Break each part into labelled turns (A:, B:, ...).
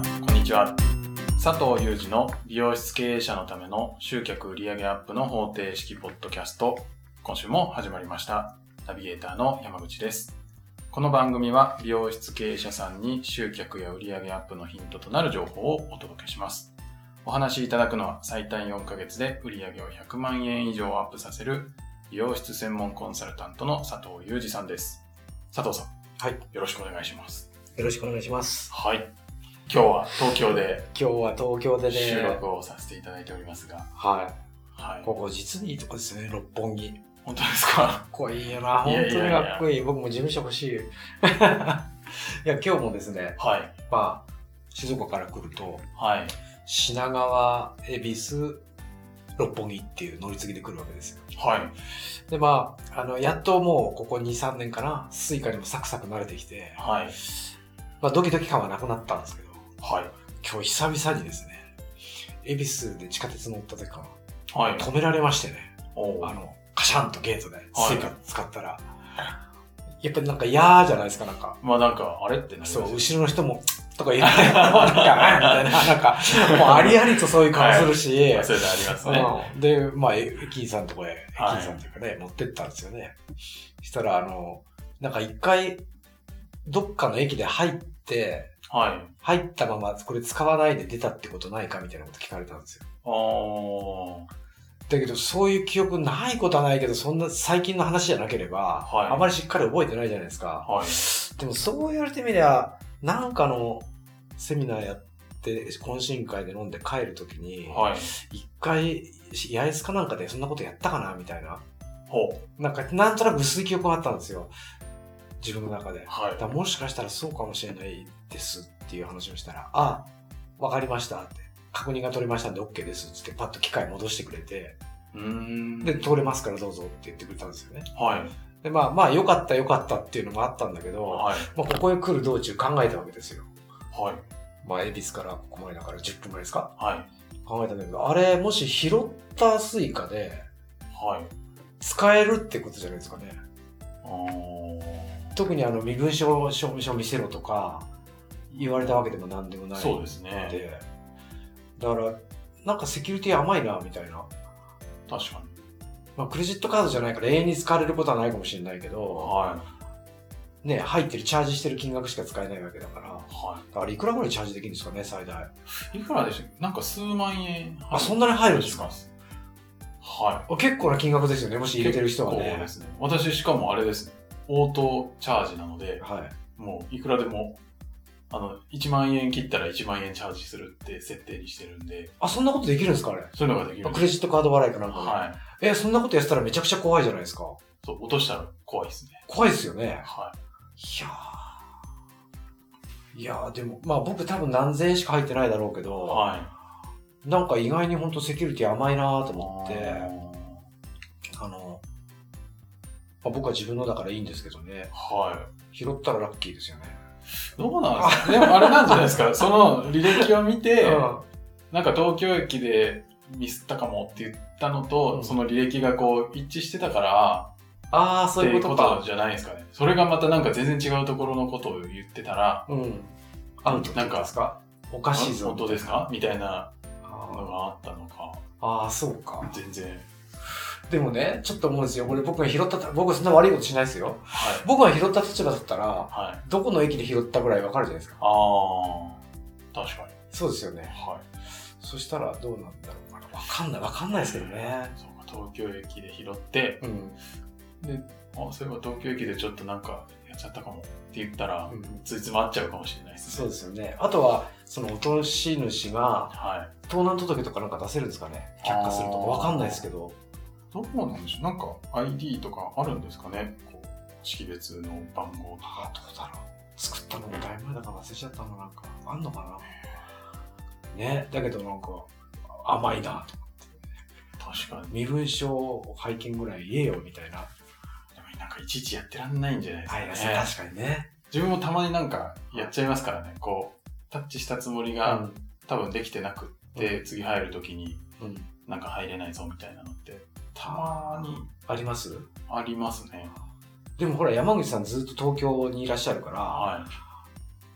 A: か佐藤裕二の美容室経営者のための集客売上アップの方程式ポッドキャスト今週も始まりましたナビゲーターの山口ですこの番組は美容室経営者さんに集客や売上アップのヒントとなる情報をお届けしますお話しいただくのは最短4ヶ月で売上を100万円以上アップさせる美容室専門コンサルタントの佐藤裕二さんです佐藤さん
B: はい。
A: よろしくお願いします
B: よろしくお願いします。
A: はい今日は東京で
B: 今日は東京で
A: 収
B: ね、
A: 録をさせていただいておりますが、
B: は
A: はい
B: い。。ここ実にいいとこですね、六本木。か
A: 本当です か
B: っこいいよな。
A: い
B: 本
A: やいやい
B: 当に
A: や
B: かっこいい。僕も事務所欲しい。い や、今日もですね、
A: はい。
B: まあ、静岡から来ると、
A: はい。
B: 品川、恵比寿、六本木っていう乗り継ぎで来るわけですよ。
A: はい。
B: で、まあ、あの、やっともうここ2、3年かな、スイカにもサクサク慣れてきて、
A: はい。
B: まあ、ドキドキ感はなくなったんですけど、
A: はい。
B: 今日久々にですね、恵比寿で地下鉄乗った時かな、
A: はい。
B: 止められましてね、
A: お
B: あ
A: ー
B: の、カシャンとゲートで、スイカ使ったら、やっぱりなんか、やーじゃないですか、なんか。
A: まあなんか、あれってなります
B: そ
A: よ
B: う、
A: ね
B: 後ろの人も、とか言って、なんか、あー みたいな、なんか、もうありありとそういう顔するし、
A: まあそういうのありますね。
B: うんで、まあ、駅員さんのとこへ、駅
A: はい
B: 員さんというかね、持ってったんですよね。したら、あの、なんか一回、どっかの駅で入って、
A: はい。
B: 入ったまま、これ使わないで出たってことないかみたいなこと聞かれたんですよ。
A: おー
B: だけど、そういう記憶ないことはないけど、そんな最近の話じゃなければ、
A: はい
B: あまりしっかり覚えてないじゃないですか。
A: はい。
B: でも、そう言われてみりゃ、なんかのセミナーやって、懇親会で飲んで帰るときに、
A: はい。
B: 一回、八重洲かなんかでそんなことやったかなみたいな。
A: ほう。
B: なんか、なんとなく薄い記憶があったんですよ。自分の中で。
A: はい
B: だ。からもしかしたらそうかもしれないですっていう話をしたら、あ、わかりましたって。確認が取れましたんで OK ですっつってパッと機械戻してくれて、
A: うーん。
B: で、通れますからどうぞって言ってくれたんですよね。
A: はい。
B: で、まあまあ、良かった良かったっていうのもあったんだけど、
A: はい。
B: まあ、ここへ来る道中考えたわけですよ。
A: はい。
B: まあ、恵比寿からここまでだから10分ぐらいですか
A: はい。
B: 考えたんだけど、あれ、もし拾ったスイカで
A: はい。
B: 使えるってことじゃないですかね。
A: おー
B: 特にあの、身分証、証明書見せろとか言われたわけでも何でもない
A: そうですすね。
B: で、だから、なんかセキュリティ甘いな、みたいな。
A: 確かに。
B: まあ、クレジットカードじゃないから永遠に使われることはないかもしれないけど、
A: は
B: ね、入ってる、チャージしてる金額しか使えないわけだから、
A: い。は
B: あれ、いくらぐらいチャージできるんですかね、最大。
A: い。いくらでしたっけなんか数万円。
B: あ、そんなに入るんですか
A: すはい。
B: あ結構な金額ですよね、もし入れてる人は
A: 結構
B: ね
A: で。すね。私、しかもあれですね。応答チャージなので、
B: はい。
A: もういくらでも、あの、1万円切ったら1万円チャージするって設定にしてるんで、
B: あ、そんなことできるんですか、あれ。
A: そういうのができるん
B: ク
A: で
B: レ
A: す。
B: ジットカード払いかなんかで。
A: はい。
B: え、そんなことやってたらめちゃくちゃ怖いじゃないですか。
A: そう、落としたら怖いですね。
B: 怖いですよね。
A: はい
B: やー。いやー、でも、まあ僕多分何千円しか入ってないだろうけ
A: い。
B: ど、
A: は
B: なんか意外に本当セキュリティ甘いなーと
A: い。
B: 思って、あの、まあ、僕は自分のだからいいんですけどね、
A: は
B: 拾ったらラッキーですよね。
A: い。どうなんですかでもあれなんじゃないです かその履歴を見て、
B: うん
A: なんか東京駅でミスったかもって言ったの
B: う
A: と、
B: ん
A: その履歴がこう一致してたから、
B: あー、
A: そ
B: そうう
A: い
B: いうう
A: こ
B: ことと
A: か
B: か。
A: じゃないですかね。それがまたなんか全然違うところのことを言ってたら、
B: うん。アウトってことですかおかしいぞ。
A: 本当ですかみたいなの
B: あ
A: があったのか、
B: あー、そうか。
A: 全然。
B: でもね、ちょっと思うんですよ。俺僕が拾ったた、僕そんな悪いことしないですよ。
A: はい。
B: 僕が拾った立場だったら、
A: はい。
B: どこの駅で拾ったぐらいわかるじゃないですか。
A: ああ、確かに。
B: そうですよね。
A: はい。
B: そしたらどうなんだろうかな。わかんない、わかんないですけどね。
A: そうか、東京駅で拾って、
B: うん。
A: で、あ、そういえば東京駅でちょっとなんかやっちゃったかもって言ったら
B: う、ん
A: ついつまっちゃうかもしれないですね。
B: そうですよね。あとは、その落とし主が、
A: はい。
B: 盗難届とかなんか出せるんですかね。却下するとか。
A: あー
B: わかんないですけど。
A: どうなんでしょうなんか ID とかあるんですかねこう、識別の番号と
B: あ
A: か。
B: あ、どうだろう。作ったのもだいぶ前だから忘れちゃったのなんか、あんのかな。ね。だけどなんか、甘いなと。
A: 確かに。
B: 身分証を拝見ぐらい言えよみたいな。
A: でもなんかいちいちやってらんないんじゃないですか、ね。
B: かにね。
A: 自分もたまになんかやっちゃいますからね。こう、タッチしたつもり
B: う
A: が、
B: ん。
A: 多分できてなくって、次入るときに
B: うん。
A: なんか入れないぞみたいなのってたまに
B: あります
A: ありますね。
B: でもほら、山口さんずっと東京にいらっしゃるから、
A: は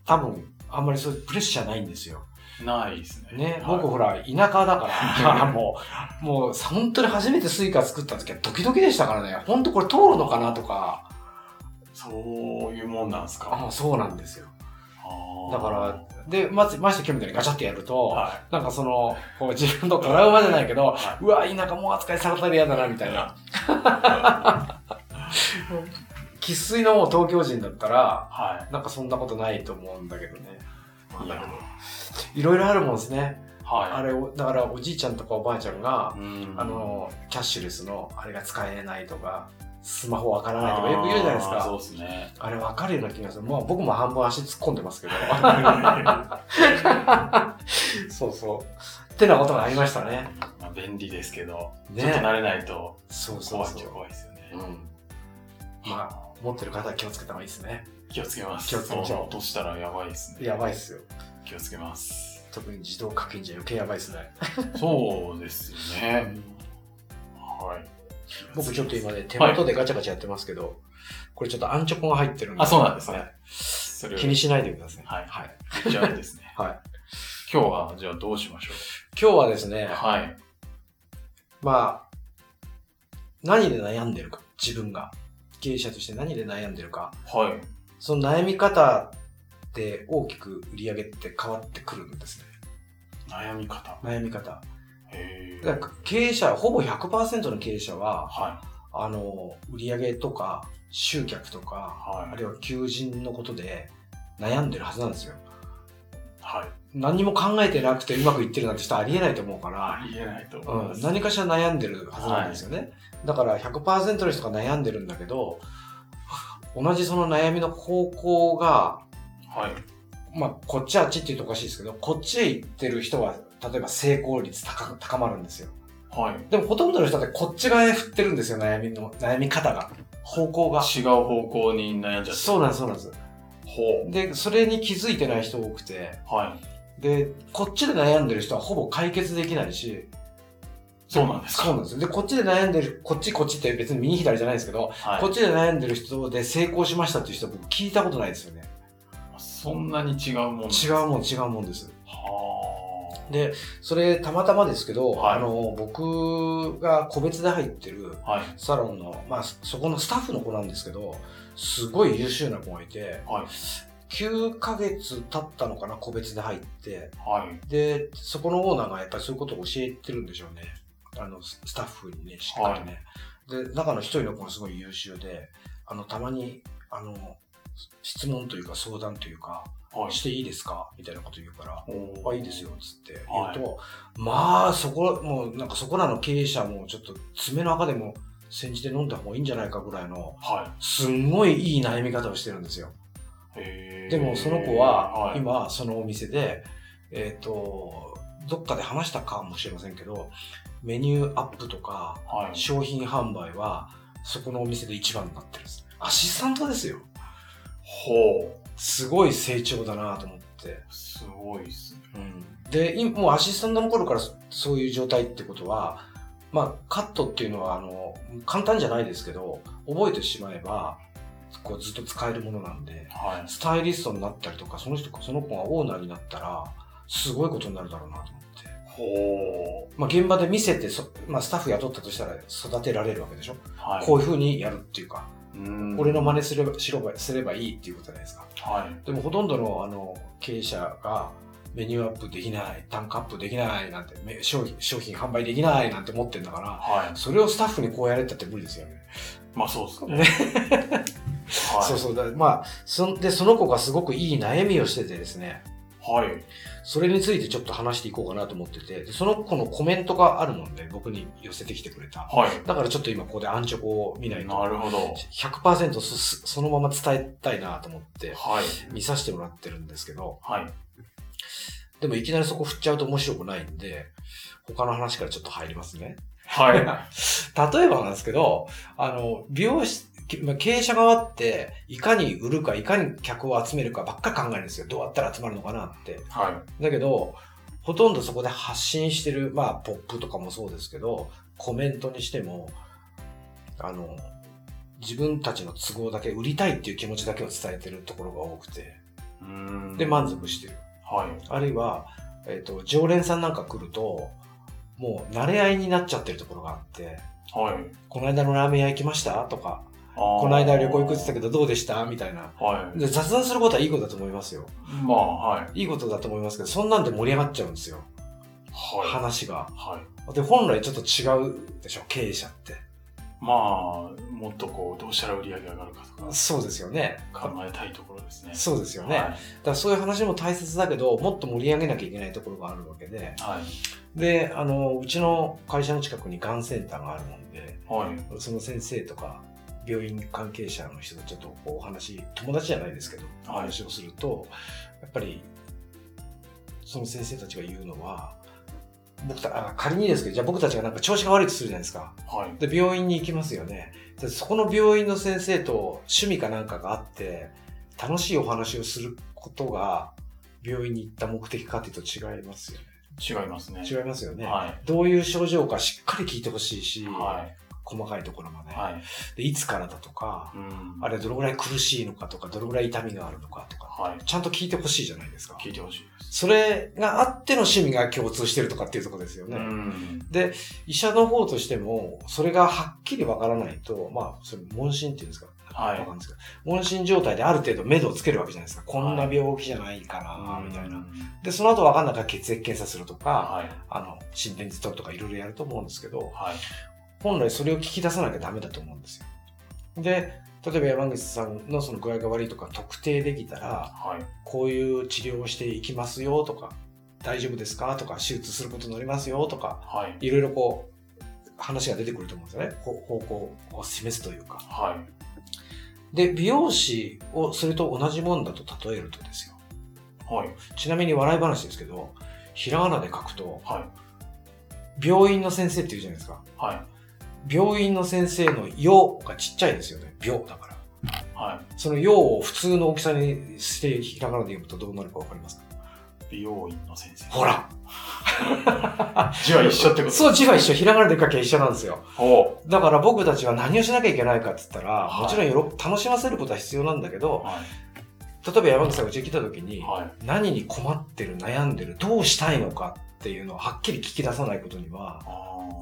B: 多分、あんまりそういうプレッシャーないんですよ。
A: い。ないですね。
B: ね、
A: はい
B: 僕ほら、田舎だから、 もう、もう、本当に初めてスイカ作った時はドキドキでしたからね、本当これ通るのかなとか、
A: そういうもんなんですか。
B: あそうなんですよ。
A: あー
B: だから、で、まず、まして今日みたいにガチャってやると、
A: は
B: なんかその、こう自分のトラウマじゃないけど、
A: は
B: うわ、田舎もう扱いされたら嫌だな、みたいな。生粋のもう東京人だったら、
A: は
B: なんかそんなことないと思うんだけどね。まあ
A: い。
B: だけどいろいろあるもんですね。
A: はい。
B: あれを、だからおじいちゃんとかおばあちゃんが、
A: うん
B: あ、の、キャッシュレスのあれが使えないとか、スマホわからないとかよく言うじゃないです
A: あーそ
B: か。
A: うです ね。
B: あれわかるような気がする。まあ僕も半分足突っ込んでますけ ど。
A: ま
B: そうそう。ってなことがありましたね。
A: あ便利ですけど、
B: ね
A: ちょっと慣れないと
B: そうそう
A: 怖いっ
B: そ
A: ちゃ
B: う。
A: 怖いですよね。
B: うん。まあ、持ってる方は気をつけた方がいいですね。
A: 気をつけます。
B: 気をつけましょう
A: そう落としたらやばいですね。
B: やばいっすよ。
A: 気をつけます。
B: 特に自動課金じゃ余計やばいっすね。
A: そうですね。はい。
B: 僕ちょっと今ね、手元でガチャガチャやってますけど、これちょっとアンチョコが入ってるんで。
A: あ、そうなんです
B: は
A: ね
B: い。
A: それを
B: 気にしないでください。
A: はい
B: はい。
A: じゃあですね。
B: はい。
A: 今日は、じゃあどうしましょ
B: 今日はですね
A: う。、はい。
B: まあ、何で悩んでるか、自分が。経営者として何で悩んでるか。
A: はい。
B: その悩み方で大きく売り上げって変わってくるんですね。
A: 悩み方。
B: 悩み方。
A: へえ。
B: だから経営者、ほぼ100%の経営者は、
A: はい。
B: あの、売り上げとか、集客とか、あ
A: は
B: るいは求人のことで悩んでるはずなんですよ。
A: い。はい。
B: 何にも考えてなくてうまくいってるなんて人ありえないと思うから、
A: ありえないと思いま
B: うん、
A: す。
B: 何かしら悩んでるはずなんですよね、だから100%の人が悩んでるんだけど同じその悩みの方向が、
A: はい。
B: まあ、こっちあっちって言うとおかしいですけどこっちへ行ってる人は例えば成功率高く高まるんですよ
A: はい。
B: でもほとんどの人ってこっち側へ振ってるんですよ悩みの悩み方が方向が
A: 違う方向に悩んじゃって。
B: そうなんですそうなんです
A: ほ
B: でそれに気づいてない人多くて
A: う。はい。
B: でこっちで悩んでる人はほぼ解決できないし
A: そうなんですか。
B: そうなんですよ。で、こっちで悩んでる、こっちこっちって別に右左じゃないですけど、
A: はい
B: こっちで悩んでる人で成功しましたっていう人僕聞いたことないですよね。
A: そんなに違うもんなんです
B: 違
A: か
B: うもん違うもんです。
A: は
B: で、それたまたまですけど、
A: はい
B: あの、僕が個別で入ってる
A: あ。はい。
B: サロンの、まあ、そこのスタッフの子なんですけど、すごい優秀な子がいて、
A: はい。
B: 9ヶ月経ったのかな、個別で入って。
A: はい。
B: で、そこのオーナーがやっぱりそういうことを教えてるんでしょうね。あの、ススタッフにね、しっかりね。で、中の一人の子がすごい優秀で、あの、たまに、あの、質問というか相談というか、
A: はい。
B: していいですかみたいなこと言うから、
A: お
B: あ、いいですよ、。つって言
A: は
B: う
A: い
B: と、まあ、そこ、もう、なんかそこらの経営者もちょっと爪の赤でも煎じて飲んだ方がいいんじゃないかぐらいの、
A: は
B: すんごいいい悩み方をしてるんですよ。
A: い。へー
B: でもその子は、今そのお店で、えっ、と、どっかで話したかもしれませんけど、メニューアップとか
A: はい。はい
B: 商品販売はそこのお店で一番になってるんです。アシスタントですよ。
A: ほ
B: すごい成長だなと思って。
A: う。すごいっすね。
B: で、今もうアシスタントの頃からそそういう状態ってことは、まあカットっていうのはあの簡単じゃないですけど、覚えてしまえば、こうずっと使えるものなんで。
A: はい。
B: スタイリストになったりとか、その人、その子がオーナーになったら、すごいことになるだろうなと思って。
A: ほ
B: まあ、現場で見せてそ、まあ、スタッフ雇ったとしたら育てられるわけでしょ、
A: う。はい。
B: こういうふうにやるっていうか、
A: うん
B: 俺の真似すればしろばすればいいっていうことじゃないですか。
A: はい。
B: でもほとんどのあの経営者がメニューアップできない、単価アップできないなんて、め商品商品販売できないなんて思ってんだから、
A: はい。
B: それをスタッフにこうやれったって無理ですよね。
A: まあそうですね。
B: ね
A: はい。
B: そうそうだ。まあそん、で、その子がすごくいい悩みをしててですね、
A: はい。
B: それについてちょっと話していこうかなと思ってて、でその子のコメントがあるもんで、僕に寄せてきてくれた。
A: は
B: だからちょっと今ここでアンチョコを見
A: い。
B: ない
A: な
B: と、
A: るほど。
B: 100%そそそのまま伝えたいなと思って、
A: はい。
B: 見させてもらってるんですけど、
A: はい。
B: でもいきなりそこ振っちゃうと面白くないんで、他の話からちょっと入りますね。
A: はい。
B: 例えばなんですけど、あの、美容師、けまあ経営者側って、いかに売るか、いかに客を集めるかばっか考えるんですよ。どうやったら集まるのかなって。
A: は
B: だけど、ほとんどそこで発信してる、まあ、ポップとかもそうですけど、コメントにしても、あの、自分たちの都合だけ、売りたいっていう気持ちだけを伝えてるところが多くて、
A: い。うん
B: で、満足してる。
A: はい。
B: あるいは、えっ、と、常連さんなんか来ると、もう慣れ合いになっちゃってるところがあって、
A: はい。
B: この間のラーメン屋行きましたとか、
A: こ
B: この間旅行行くって言ったけどどうでしたみたいな。
A: はい。
B: で雑談することはいいことだと思いますよ。
A: まあ、はい。
B: いいことだと思いますけど、そんなんで盛り上がっちゃうんですよ。
A: はい。
B: 話が。
A: はい。
B: で、本来ちょっと違うでしょ、経営者って。
A: まあ、もっとこう、どうしたら売り上げ上がるかとか、
B: そうですよね。
A: 考えたいところですね。
B: そうですよね。
A: は
B: だからそういう話も大切だけど、もっと盛り上げなきゃいけないところがあるわけで。
A: い。はい。
B: で、あの、うちの会社の近くにがんセンターがあるもんで、
A: はい。
B: その先生とか、病院関係者の人とちょっとこうお話、友達じゃないですけど、お
A: はい
B: 話をすると、やっぱり、その先生たちが言うのは、僕たあ仮にですけど、じゃあ僕たちがなんか調子が悪いとするじゃないですか。
A: はい。
B: で、病院に行きますよね。で、そこの病院の先生と趣味かなんかがあって、楽しいお話をすることが、病院に行った目的かというと違いますよね。
A: 違いますね。
B: 違いますよね。
A: は
B: どういう症状かしっかり聞いてほしいし、
A: い。は
B: 細かいところまで,、
A: い。はい。
B: で。いつからだとか
A: う、ん。
B: あれどのぐらい苦しいのかとか、どのぐらい痛みがあるのかとか、
A: はい。
B: ちゃんと聞いてほしいじゃないですか。
A: 聞いてほしいです。
B: それがあっての趣味が共通してるとかっていうところですよね。
A: うん。
B: で、医者の方としても、それがはっきりわからないと、まあ、それ、問診っていうんですか、
A: はい
B: わかんないですけど、問診状態である程度目処をつけるわけじゃないですか。こんな病気じゃないかな、みたいな。。で、その後わかんないから血液検査するとか、
A: はい。
B: あの、心電図取るとかいろいろやると思うんですけど、
A: はい。
B: 本来それを聞き出さなきゃダメだと思うんですよ。で、例えば山口さんのその具合が悪いとか特定できたら、
A: はい。
B: こういう治療をしていきますよとか、大丈夫ですかとか、手術することになりますよとか、
A: はい。
B: いろいろこう、話が出てくると思うんですよね。ほ方向を示すというか。
A: はい。
B: で、美容師をそれと同じもんだと例えるとですよ。
A: はい。
B: ちなみに笑い話ですけど、ひらがなで書くと、
A: はい。
B: 病院の先生って言うじゃないですか。
A: はい。
B: 病院の先生の用がちっちゃいですよね。病だから。
A: は
B: その用を普通の大きさにしてひらがなで読むとどうなるかわかりますか
A: い。美容院の先生。
B: ほら
A: 字は一緒ってこと
B: そう字は一緒、ひらがなで書きゃ一緒なんですよ。
A: ほ
B: だから僕たちは何をしなきゃいけないかって言ったら、
A: はい
B: もちろんよろ楽しませることは必要なんだけ
A: う。
B: ど、
A: は
B: 例えば山口さんがうちに来た時
A: い。
B: に、
A: はい。
B: 何に困ってる、悩んでる、どうしたいのかっていうのをはっきり聞き出さないことには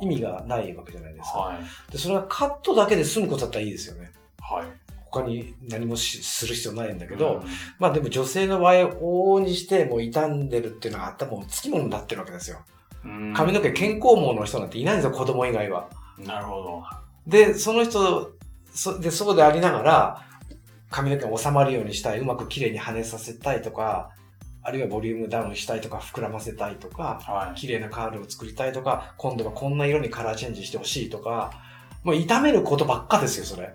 B: 意味がないわけじゃないですか。
A: はい。
B: でそれはカットだけで済むことだったらいいですよね。
A: はい。
B: 他に何もしする必要ないんだけど、、まあでも女性の場合、往々にしてもう傷んでるっていうのは頭もつきものになってるわけですよ。髪の毛健康毛の人なんていないんですよ、子供以外は。
A: なるほど。
B: で、その人、そでそうでありながら、髪の毛が収まるようにしたい、うまく綺麗に跳ねさせたいとか、あるいはボリュームダウンしたいとか、膨らませたいとか、
A: はい。
B: 綺麗なカールを作りたいとか、今度はこんな色にカラーチェンジしてほしいとか、もう痛めることばっかですよ、それ。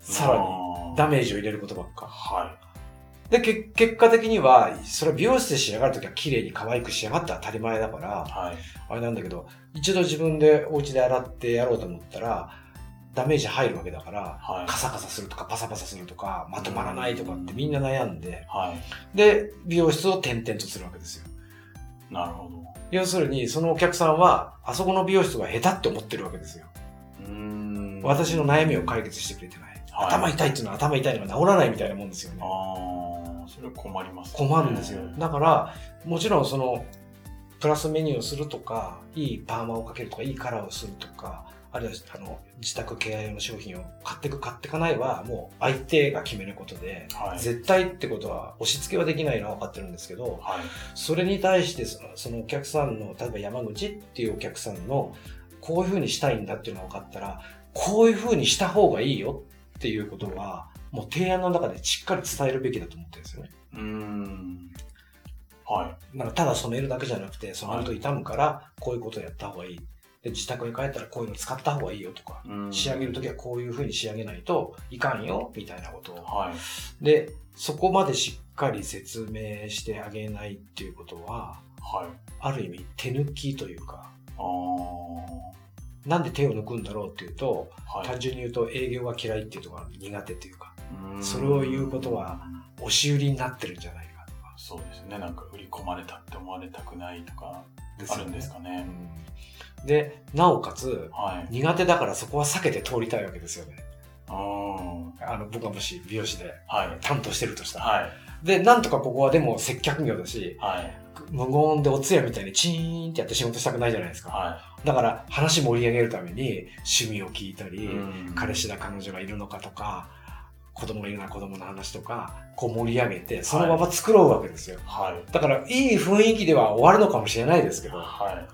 B: さらに、
A: に
B: ダメージを入れることばっか。
A: は
B: で、け結果的には、それは美容室で仕上がるときは綺麗に可愛く仕上がって当たり前だから
A: い。、はい。
B: あれなんだけど、一度自分でお家で洗ってやろうと思ったら、ダメージ入るわけだから、
A: はい。
B: カサカサするとかパサパサするとか、まとまらないとかってみんな悩んで、
A: はい。
B: で、美容室を転々とするわけですよ。
A: なるほど。
B: 要するに、そのお客さんは、あそこの美容室が下手って思ってるわけですよ。
A: うん
B: 私の悩みを解決してくれてない。
A: はい
B: 頭痛いっていうのは頭痛いのが治らないみたいなもんですよね。
A: ああ、それ困ります、
B: 困るんですよ。だから、もちろんその、プラスメニューをするとか、いいパーマをかけるとか、いいカラーをするとか、あるいはあの自宅ケア用の商品を買ってく、買ってかないは、もう相手が決めることで、
A: はい。
B: 絶対ってことは押し付けはできないのは分かってるんですけど、
A: はい。
B: それに対してそのそのお客さんの、例えば山口っていうお客さんの、こういうふうにしたいんだっていうのが分かったら、こういうふうにした方がいいよっていうことは、もう提案の中でしっかり伝えるべきだと思ってるんですよね。
A: うーん。は
B: なんかただ染めるだけじゃなくて、染めると傷むから、こういうことをやった方がいい。で、自宅に帰ったらこういうの使った方がいいよとか、
A: い。うん
B: 仕上げるときはこういう風に仕上げないといかんよ、みたいなことを。
A: はい。
B: で、そこまでしっかり説明してあげないっていうことは、
A: はい。
B: ある意味手抜きというか、
A: ああ
B: なんで手を抜くんだろうっていうと、
A: ー。は
B: 単
A: い。
B: 純に言うと営業が嫌いっていうところが苦手というか、
A: うーん
B: それを言うことは。押し売りになってるんじゃないかとか。
A: そうですね。なんか売り込まれたって思われたくないとか、あ
B: よ
A: るんです
B: ね
A: かね。
B: うんで、なおかつ、
A: はい。
B: 苦手だからそこは避けて通りたいわけですよね。
A: うーん。は
B: あの、僕はもし美容師で
A: い。
B: 担当してるとしたら。
A: はい。
B: で、なんとかここはでも接客業だし、
A: はい。
B: 無言でお通夜みたいにチーンってやって仕事したくないじゃないですか。
A: は
B: だから話盛り上げるために趣味を聞いた
A: い。
B: り、彼氏だ彼女がいるのかとか、子供がいるな子供の話とか、こう盛り上げて、そのまま作ろうわけですよ。
A: はい。
B: だから、いい雰囲気では終わるのかもしれないですけど、だ
A: はい。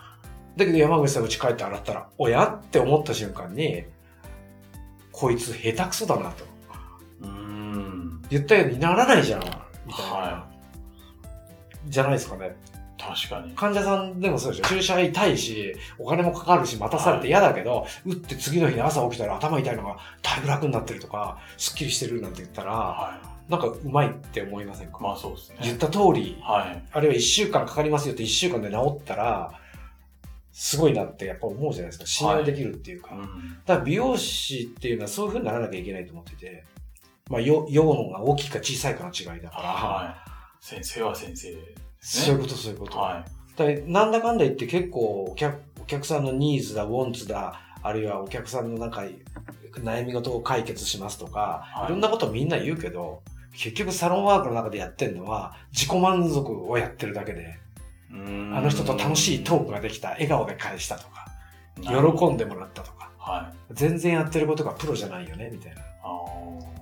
B: けど山口さん家帰って洗ったら、おやって思った瞬間に、こいつ下手くそだなと。
A: うーん。
B: 言ったようにならないじゃん、みたいな。
A: は
B: じゃないですかね。
A: い。確かに。
B: 患者さんでもそうでしょ。注射痛いし、お金もかかるし、待たされて嫌だけど、打って次の日の朝起きたら頭痛いのがだいぶ楽になってるとか、すっきりしてるなんて言ったら、
A: は
B: なんかうまいって思いませんか、
A: い。まあそうです
B: 言っ
A: ね。
B: た通り、
A: はい。
B: あるいは1週間かかりますよって1週間で治ったら、すごいなってやっぱ思うじゃないですか。信用できるっていうか。
A: うん。
B: ただ美容師っていうのはそういうふうにならなきゃいけないと思ってて、まあ、用用のが大きいか小さいかの違いだから、
A: はい。先生は先生。
B: そういうことそういうこと。
A: は
B: だからなんだかんだ言って結構お客お客さんのニーズだ、ウォンツだ、あるいはお客さんのなんか悩み事を解決しますとか、
A: はい
B: い、ろんなことみんな言うけど、結局サロンワークの中でやってるのは自己満足をやってるだけで、
A: い。うーん
B: あの人と楽しいトークができた、笑顔で返したとか、
A: なるほど
B: 喜んでもらったとか、
A: はい。
B: 全然やってることがプロじゃないよね、みたいな。
A: あー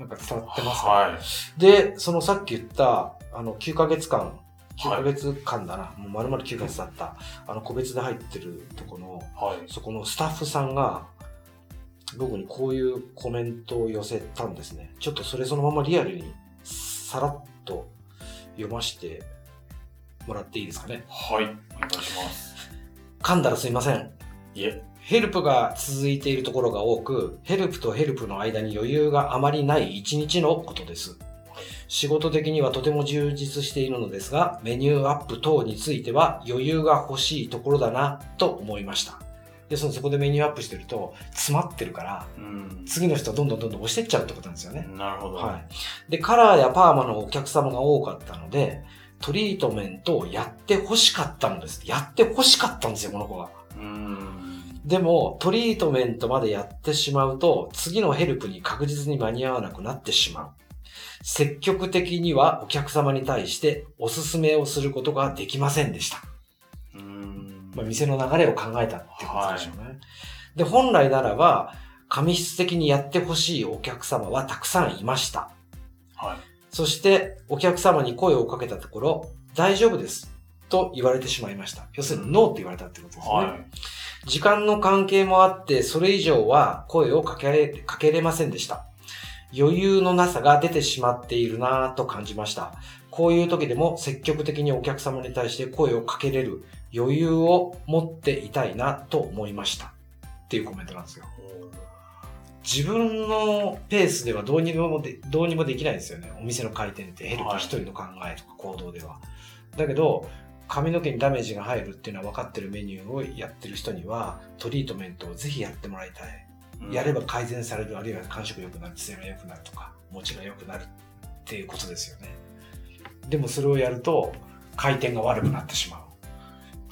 B: なんか伝わってます、
A: はい。
B: で、そのさっき言った、あの、9ヶ月間、9
A: はい
B: ヶ月間だな、もう丸々9ヶ月だった、あの、個別で入ってるとこの、
A: はい。
B: そこのスタッフさんが、僕にこういうコメントを寄せたんですね。ちょっとそれそのままリアルに、さらっと読ましてもらっていいですかね。
A: はい。お願いします。
B: 噛んだらすいません。
A: いえ。
B: ヘルプが続いているところが多く、ヘルプとヘルプの間に余裕があまりない一日のことです。仕事的にはとても充実しているのですが、メニューアップ等については余裕が欲しいところだなと思いました。でそのそこでメニューアップしてると詰まってるから、
A: うん。
B: 次の人はどんどんどんどん押してっちゃうってことなんですよね。
A: なるほど。
B: はい。で、カラーやパーマのお客様が多かったので、トリートメントをやって欲しかったのです。やって欲しかったんですよ、この子が。
A: うーん。
B: でも、トリートメントまでやってしまうと、次のヘルプに確実に間に合わなくなってしまう。積極的にはお客様に対しておすすめをすることができませんでした。
A: うーん。
B: まあ、店の流れを考えたってことでしょうね。で、本来ならば、紙質的にやってほしいお客様はたくさんいました。
A: はい。
B: そして、お客様に声をかけたところ、大丈夫です。と言われてしまいました。要するに、ノーって言われたってことですね。
A: はい。
B: 時間の関係もあって、それ以上は声をかけれかけれませんでした。余裕のなさが出てしまっているなぁと感じました。こういう時でも積極的にお客様に対して声をかけれる余裕を持っていたいなと思いました。っていうコメントなんですよ。自分のペースではどうにもでどうにもできないですよね。お店の回転ってヘルプ
A: はい
B: 一人の考えとか行動では。だけど、髪の毛にダメージが入るっていうのは分かってるメニューをやってる人には、トリートメントをぜひやってもらいたい。
A: うん
B: やれば改善される、あるいは感触良くなる、姿勢が良くなるとか、持ちが良くなるっていうことですよね。でもそれをやると、回転が悪くなってしまう。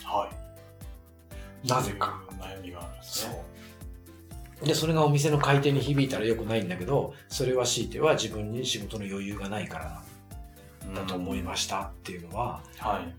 A: はい。
B: なぜか。。
A: 悩みがあるんですね。
B: そう。で、それがお店の回転に響いたら良くないんだけど、それは強いては自分に仕事の余裕がないから
A: うん
B: だと思いましたっていうのは、
A: はい。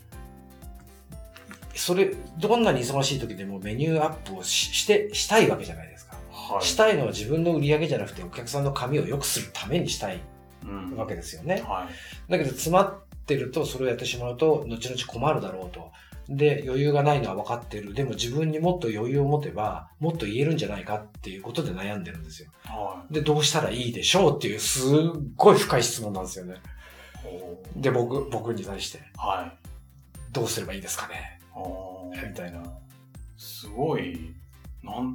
B: それ、どんなに忙しい時でもメニューアップをしして、したいわけじゃないですか。
A: はい。
B: したいのは自分の売り上げじゃなくてお客さんの髪を良くするためにしたい
A: うん。
B: わけですよね。
A: は
B: だけど詰まってるとそれをやってしまうと後々困るだろうと。で、余裕がないのは分かってる。でも自分にもっと余裕を持てば、もっと言えるんじゃないかっていうことで悩んでるんですよ。
A: い。は
B: で、どうしたらいいでしょうっていう、すっごい深い質問なんですよね。
A: い。おー
B: で、僕、僕に対して、
A: はい。
B: どうすればいいですかね
A: おー
B: みたいな。
A: すごい、なん、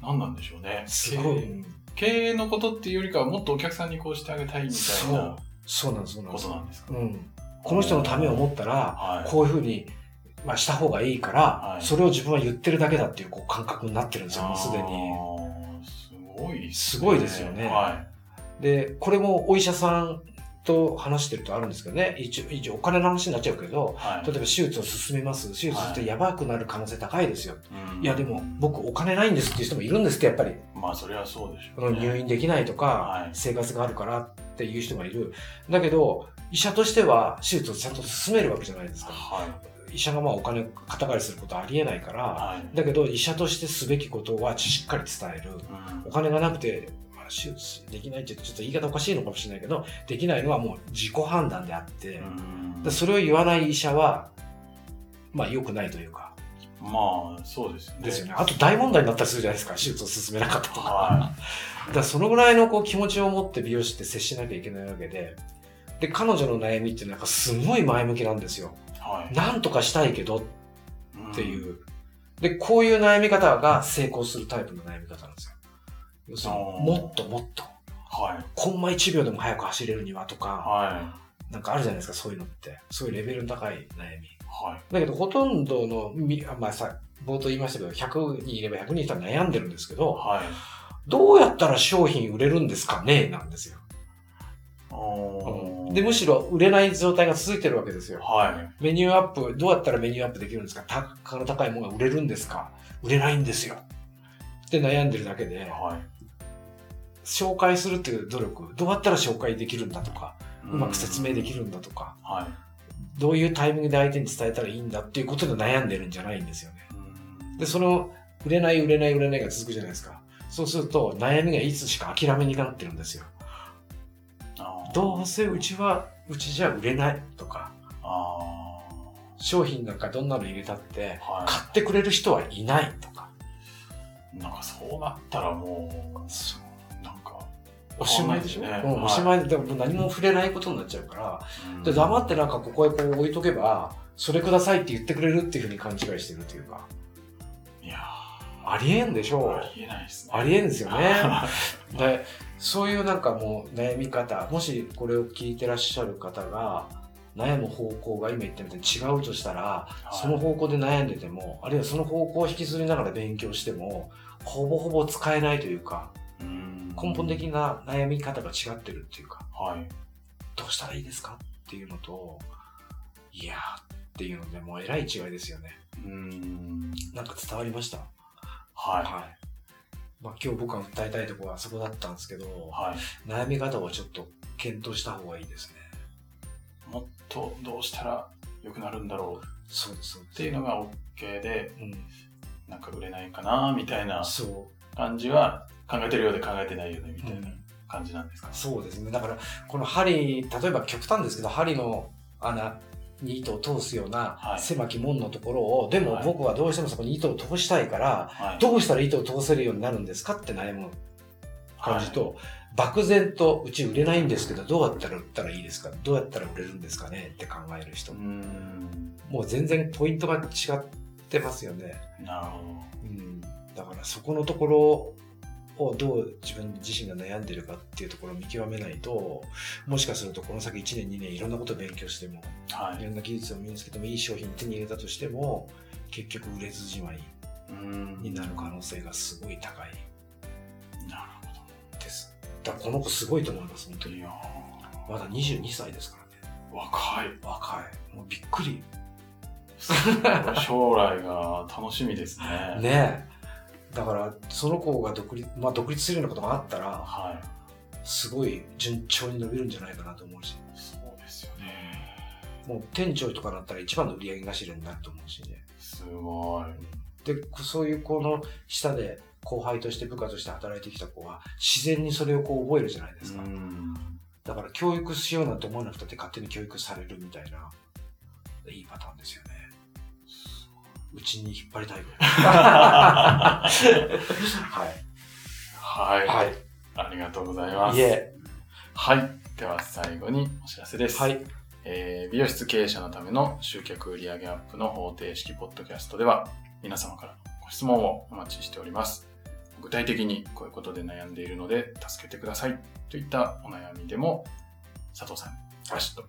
A: なんなんでしょうね。
B: すごい。
A: 経営。
B: うん
A: 経営のことっていうよりかは、もっとお客さんにこうしてあげたいみたい
B: そう
A: な。
B: そうなんです、そうなん
A: こ
B: です
A: と。なんですか。
B: うん。この人のためを思ったら、
A: はい。
B: こういうふうに、まあ、した方がいいから、
A: はい
B: それを自分は言ってるだけだっていうこう感覚になってるんですよ、もうすでに。
A: あー。すごいっね
B: すごいですよね
A: は
B: で、これもお医者さんと話してるとあるんですけどね、一応、一応お金の話になっちゃうけ
A: い。
B: ど、
A: は
B: 例えば手術を進めます。手術ってやばくなる可能性高いですよ。
A: い。
B: い、や、でも、僕お金ないんですっていう人もいるんですって、やっぱり。
A: まあ、それはそうでし
B: こ
A: ょう
B: の
A: ね。
B: 入院できないとか、
A: はい
B: 生活があるからっていう人がいる。だけど、医者としては手術をちゃんと進めるわけじゃないですか。
A: はい。
B: 医者がまあお金を肩代わりすることはありえないから、
A: はい。
B: だけど医者としてすべきことはしっかり伝える。
A: うん
B: お金がなくて、まあ、手術できないって言うとちょっと言い方おかしいのかもしれないけど、できないのはもう自己判断であって、
A: うん
B: でそれを言わない医者は、まあ良くないというか、
A: まあ、そうですよね。
B: ですよね。あと大問題になったりするじゃないですか、手術を進めなかったとか。
A: は
B: だからそのぐらいのこう気持ちを持って美容師って接しなきゃいけないわけで、で、彼女の悩みってなんかすごい前向きなんですよ。
A: い。は
B: なんとかしたいけど
A: い。
B: っていう。で、こういう悩み方が成功するタイプの悩み方なんですよ。要するに、
A: あー
B: もっともっと、
A: うん。はい。
B: コンマ1秒でも早く走れるにはとか、
A: は
B: なんかあるじゃないですか、そういうのって。そういうレベルの高い悩み。
A: い。はい。
B: だけど、ほとんどのみ、あまあさ、冒頭言いましたけど、100人いれば100人いたら悩んでるんですけど、
A: はい。
B: どうやったら商品売れるんですかねなんですよ。
A: おー
B: で、むしろ売れない状態が続いてるわけですよ。
A: は
B: メニューアップ、どうやったらメニューアップできるんですか単価の高いものが売れるんですか売れないんですよ。って悩んでるだけ
A: い。
B: で、
A: は
B: 紹介するっていう努力、どうやったら紹介できるんだとか、
A: い。
B: うまく説明でき
A: る。
B: るんだとか、
A: は
B: どういうタイミングで相手に伝えたらいいんだっていうことで悩んでるんじゃないんですよね。
A: い。うん
B: で、その、売れない、売れない、売れないが続くじゃないですか。そうすると、悩みがいつしか諦めになってるんですよ。
A: あー
B: どうせうちは、うちじゃ売れないとか、
A: あ
B: 商品なんかどんなの入れたっ
A: ー、
B: て
A: は
B: 買ってくれる人はいないとか、
A: い。なんかそうなったらもう、なんか、
B: おしまいでしょ、
A: そうですね
B: うん、おしまいで、でも何も触れないことになっちゃうから、で黙ってなんかここへこう置いとけば、それくださいって言ってくれるっていうふうに勘違いしてるというか、
A: て。いや
B: ありえんでし
A: ー
B: ょ
A: ありえないですね。
B: ありえんです よね。で、そういうなんかもう悩み方、もしこれを聞いてらっしゃる方が、悩む方向が今言ったみたいに違うとしたら、
A: はい
B: その方向で悩んでても、あるいはその方向を引きずりながら勉強しても、ほぼほぼ使えないというか、
A: うん
B: 根本的な悩み方が違ってるっていうか、
A: はい。
B: どうしたらいいですかっていうのと、いやーっていうので、もうえらい違いですよね。
A: うん。
B: なんか伝わりました
A: は
B: はい。まあ今日僕が訴えたいところはそこだったんですけど
A: い。、はい。
B: 悩み方をちょっと検討した方がいいですね。
A: もっとどうしたら良くなるんだろう
B: そうです、そうで
A: っていうのが OK で、
B: うん。
A: なんか売れないかなみたいな
B: そ
A: 感じは、考えてるようで考えてないよねみ
B: う。
A: たいな感じなんですか。
B: そうですね。だから、この針、例えば極端ですけど、針の穴に糸を通すよう
A: は
B: ない狭き門のところを、でも
A: はい
B: 僕はどうしてもそこに糸を通したいから、
A: はい。
B: どうしたら糸を通せるようになるんですかって悩む感じ
A: は
B: と、漠然とうち売れないんですけど、どうやったら売ったらいいですかどうやったら売れるんですかねって考える人
A: い。う。ん。
B: もう全然ポイントが違ってますよね。
A: なるほど。
B: うん、だからそこのところをどう自分自身が悩んでるかっていうところを見極めないともしかするとこの先1年2年いろんなことを勉強しても
A: はいい。
B: ろんな技術を身につけてもいい商品を手に入れたとしても結局売れずじまい
A: うん
B: になる可能性がすごい高い
A: なるほ
B: ですだからこの子すごいと思います本当
A: ど。
B: に
A: いやー
B: まだ22歳ですからね
A: 若い。
B: 若いもうびっくり
A: 将来が楽しみですね。
B: ねえだからその子が独立,、まあ、独立するようなことがあったら
A: は
B: すごい順調に伸びるんじゃないかなと思うし
A: い。そうですよね。
B: もう店長とかだったら一番の売り上げ頭になると思うしね。
A: すごい。
B: で、こそういう子の下で後輩として部下として働いてきた子は自然にそれをこう覚えるじゃないですか。
A: ん。
B: だから教育しようなんて思わなくたって勝手に教育されるみたいな、いいパターンですよね。うちに引っ張りたい ぐらい。はい。
A: はい、
B: はい。
A: ありがとうございます。
B: いえ。
A: はい。では最後にお知らせです。
B: はい。
A: えー美容室経営者のための集客売上アップの方程式ポッドキャストでは皆様からのご質問をお待ちしております。具体的にこういうことで悩んでいるので助けてくださいといったお悩みでも佐藤さんにバシッと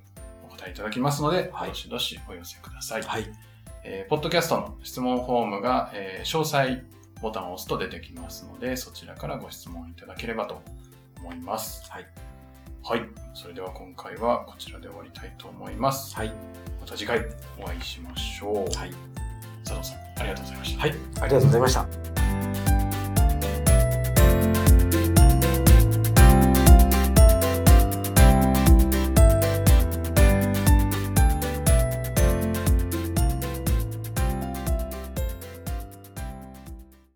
A: お答えいただきますので、
B: はい
A: どしどしお寄せください。
B: はい。
A: えーポッドキャストの質問フォームが、えー詳細ボタンを押すと出てきますので、そちらからご質問いただければと思います。
B: はい。
A: はい。それでは今回はこちらで終わりたいと思います。
B: はい。
A: また次回お会いしましょう。
B: はい。
A: 佐藤さん、ありがとうございました。
B: はい。ありがとうございました。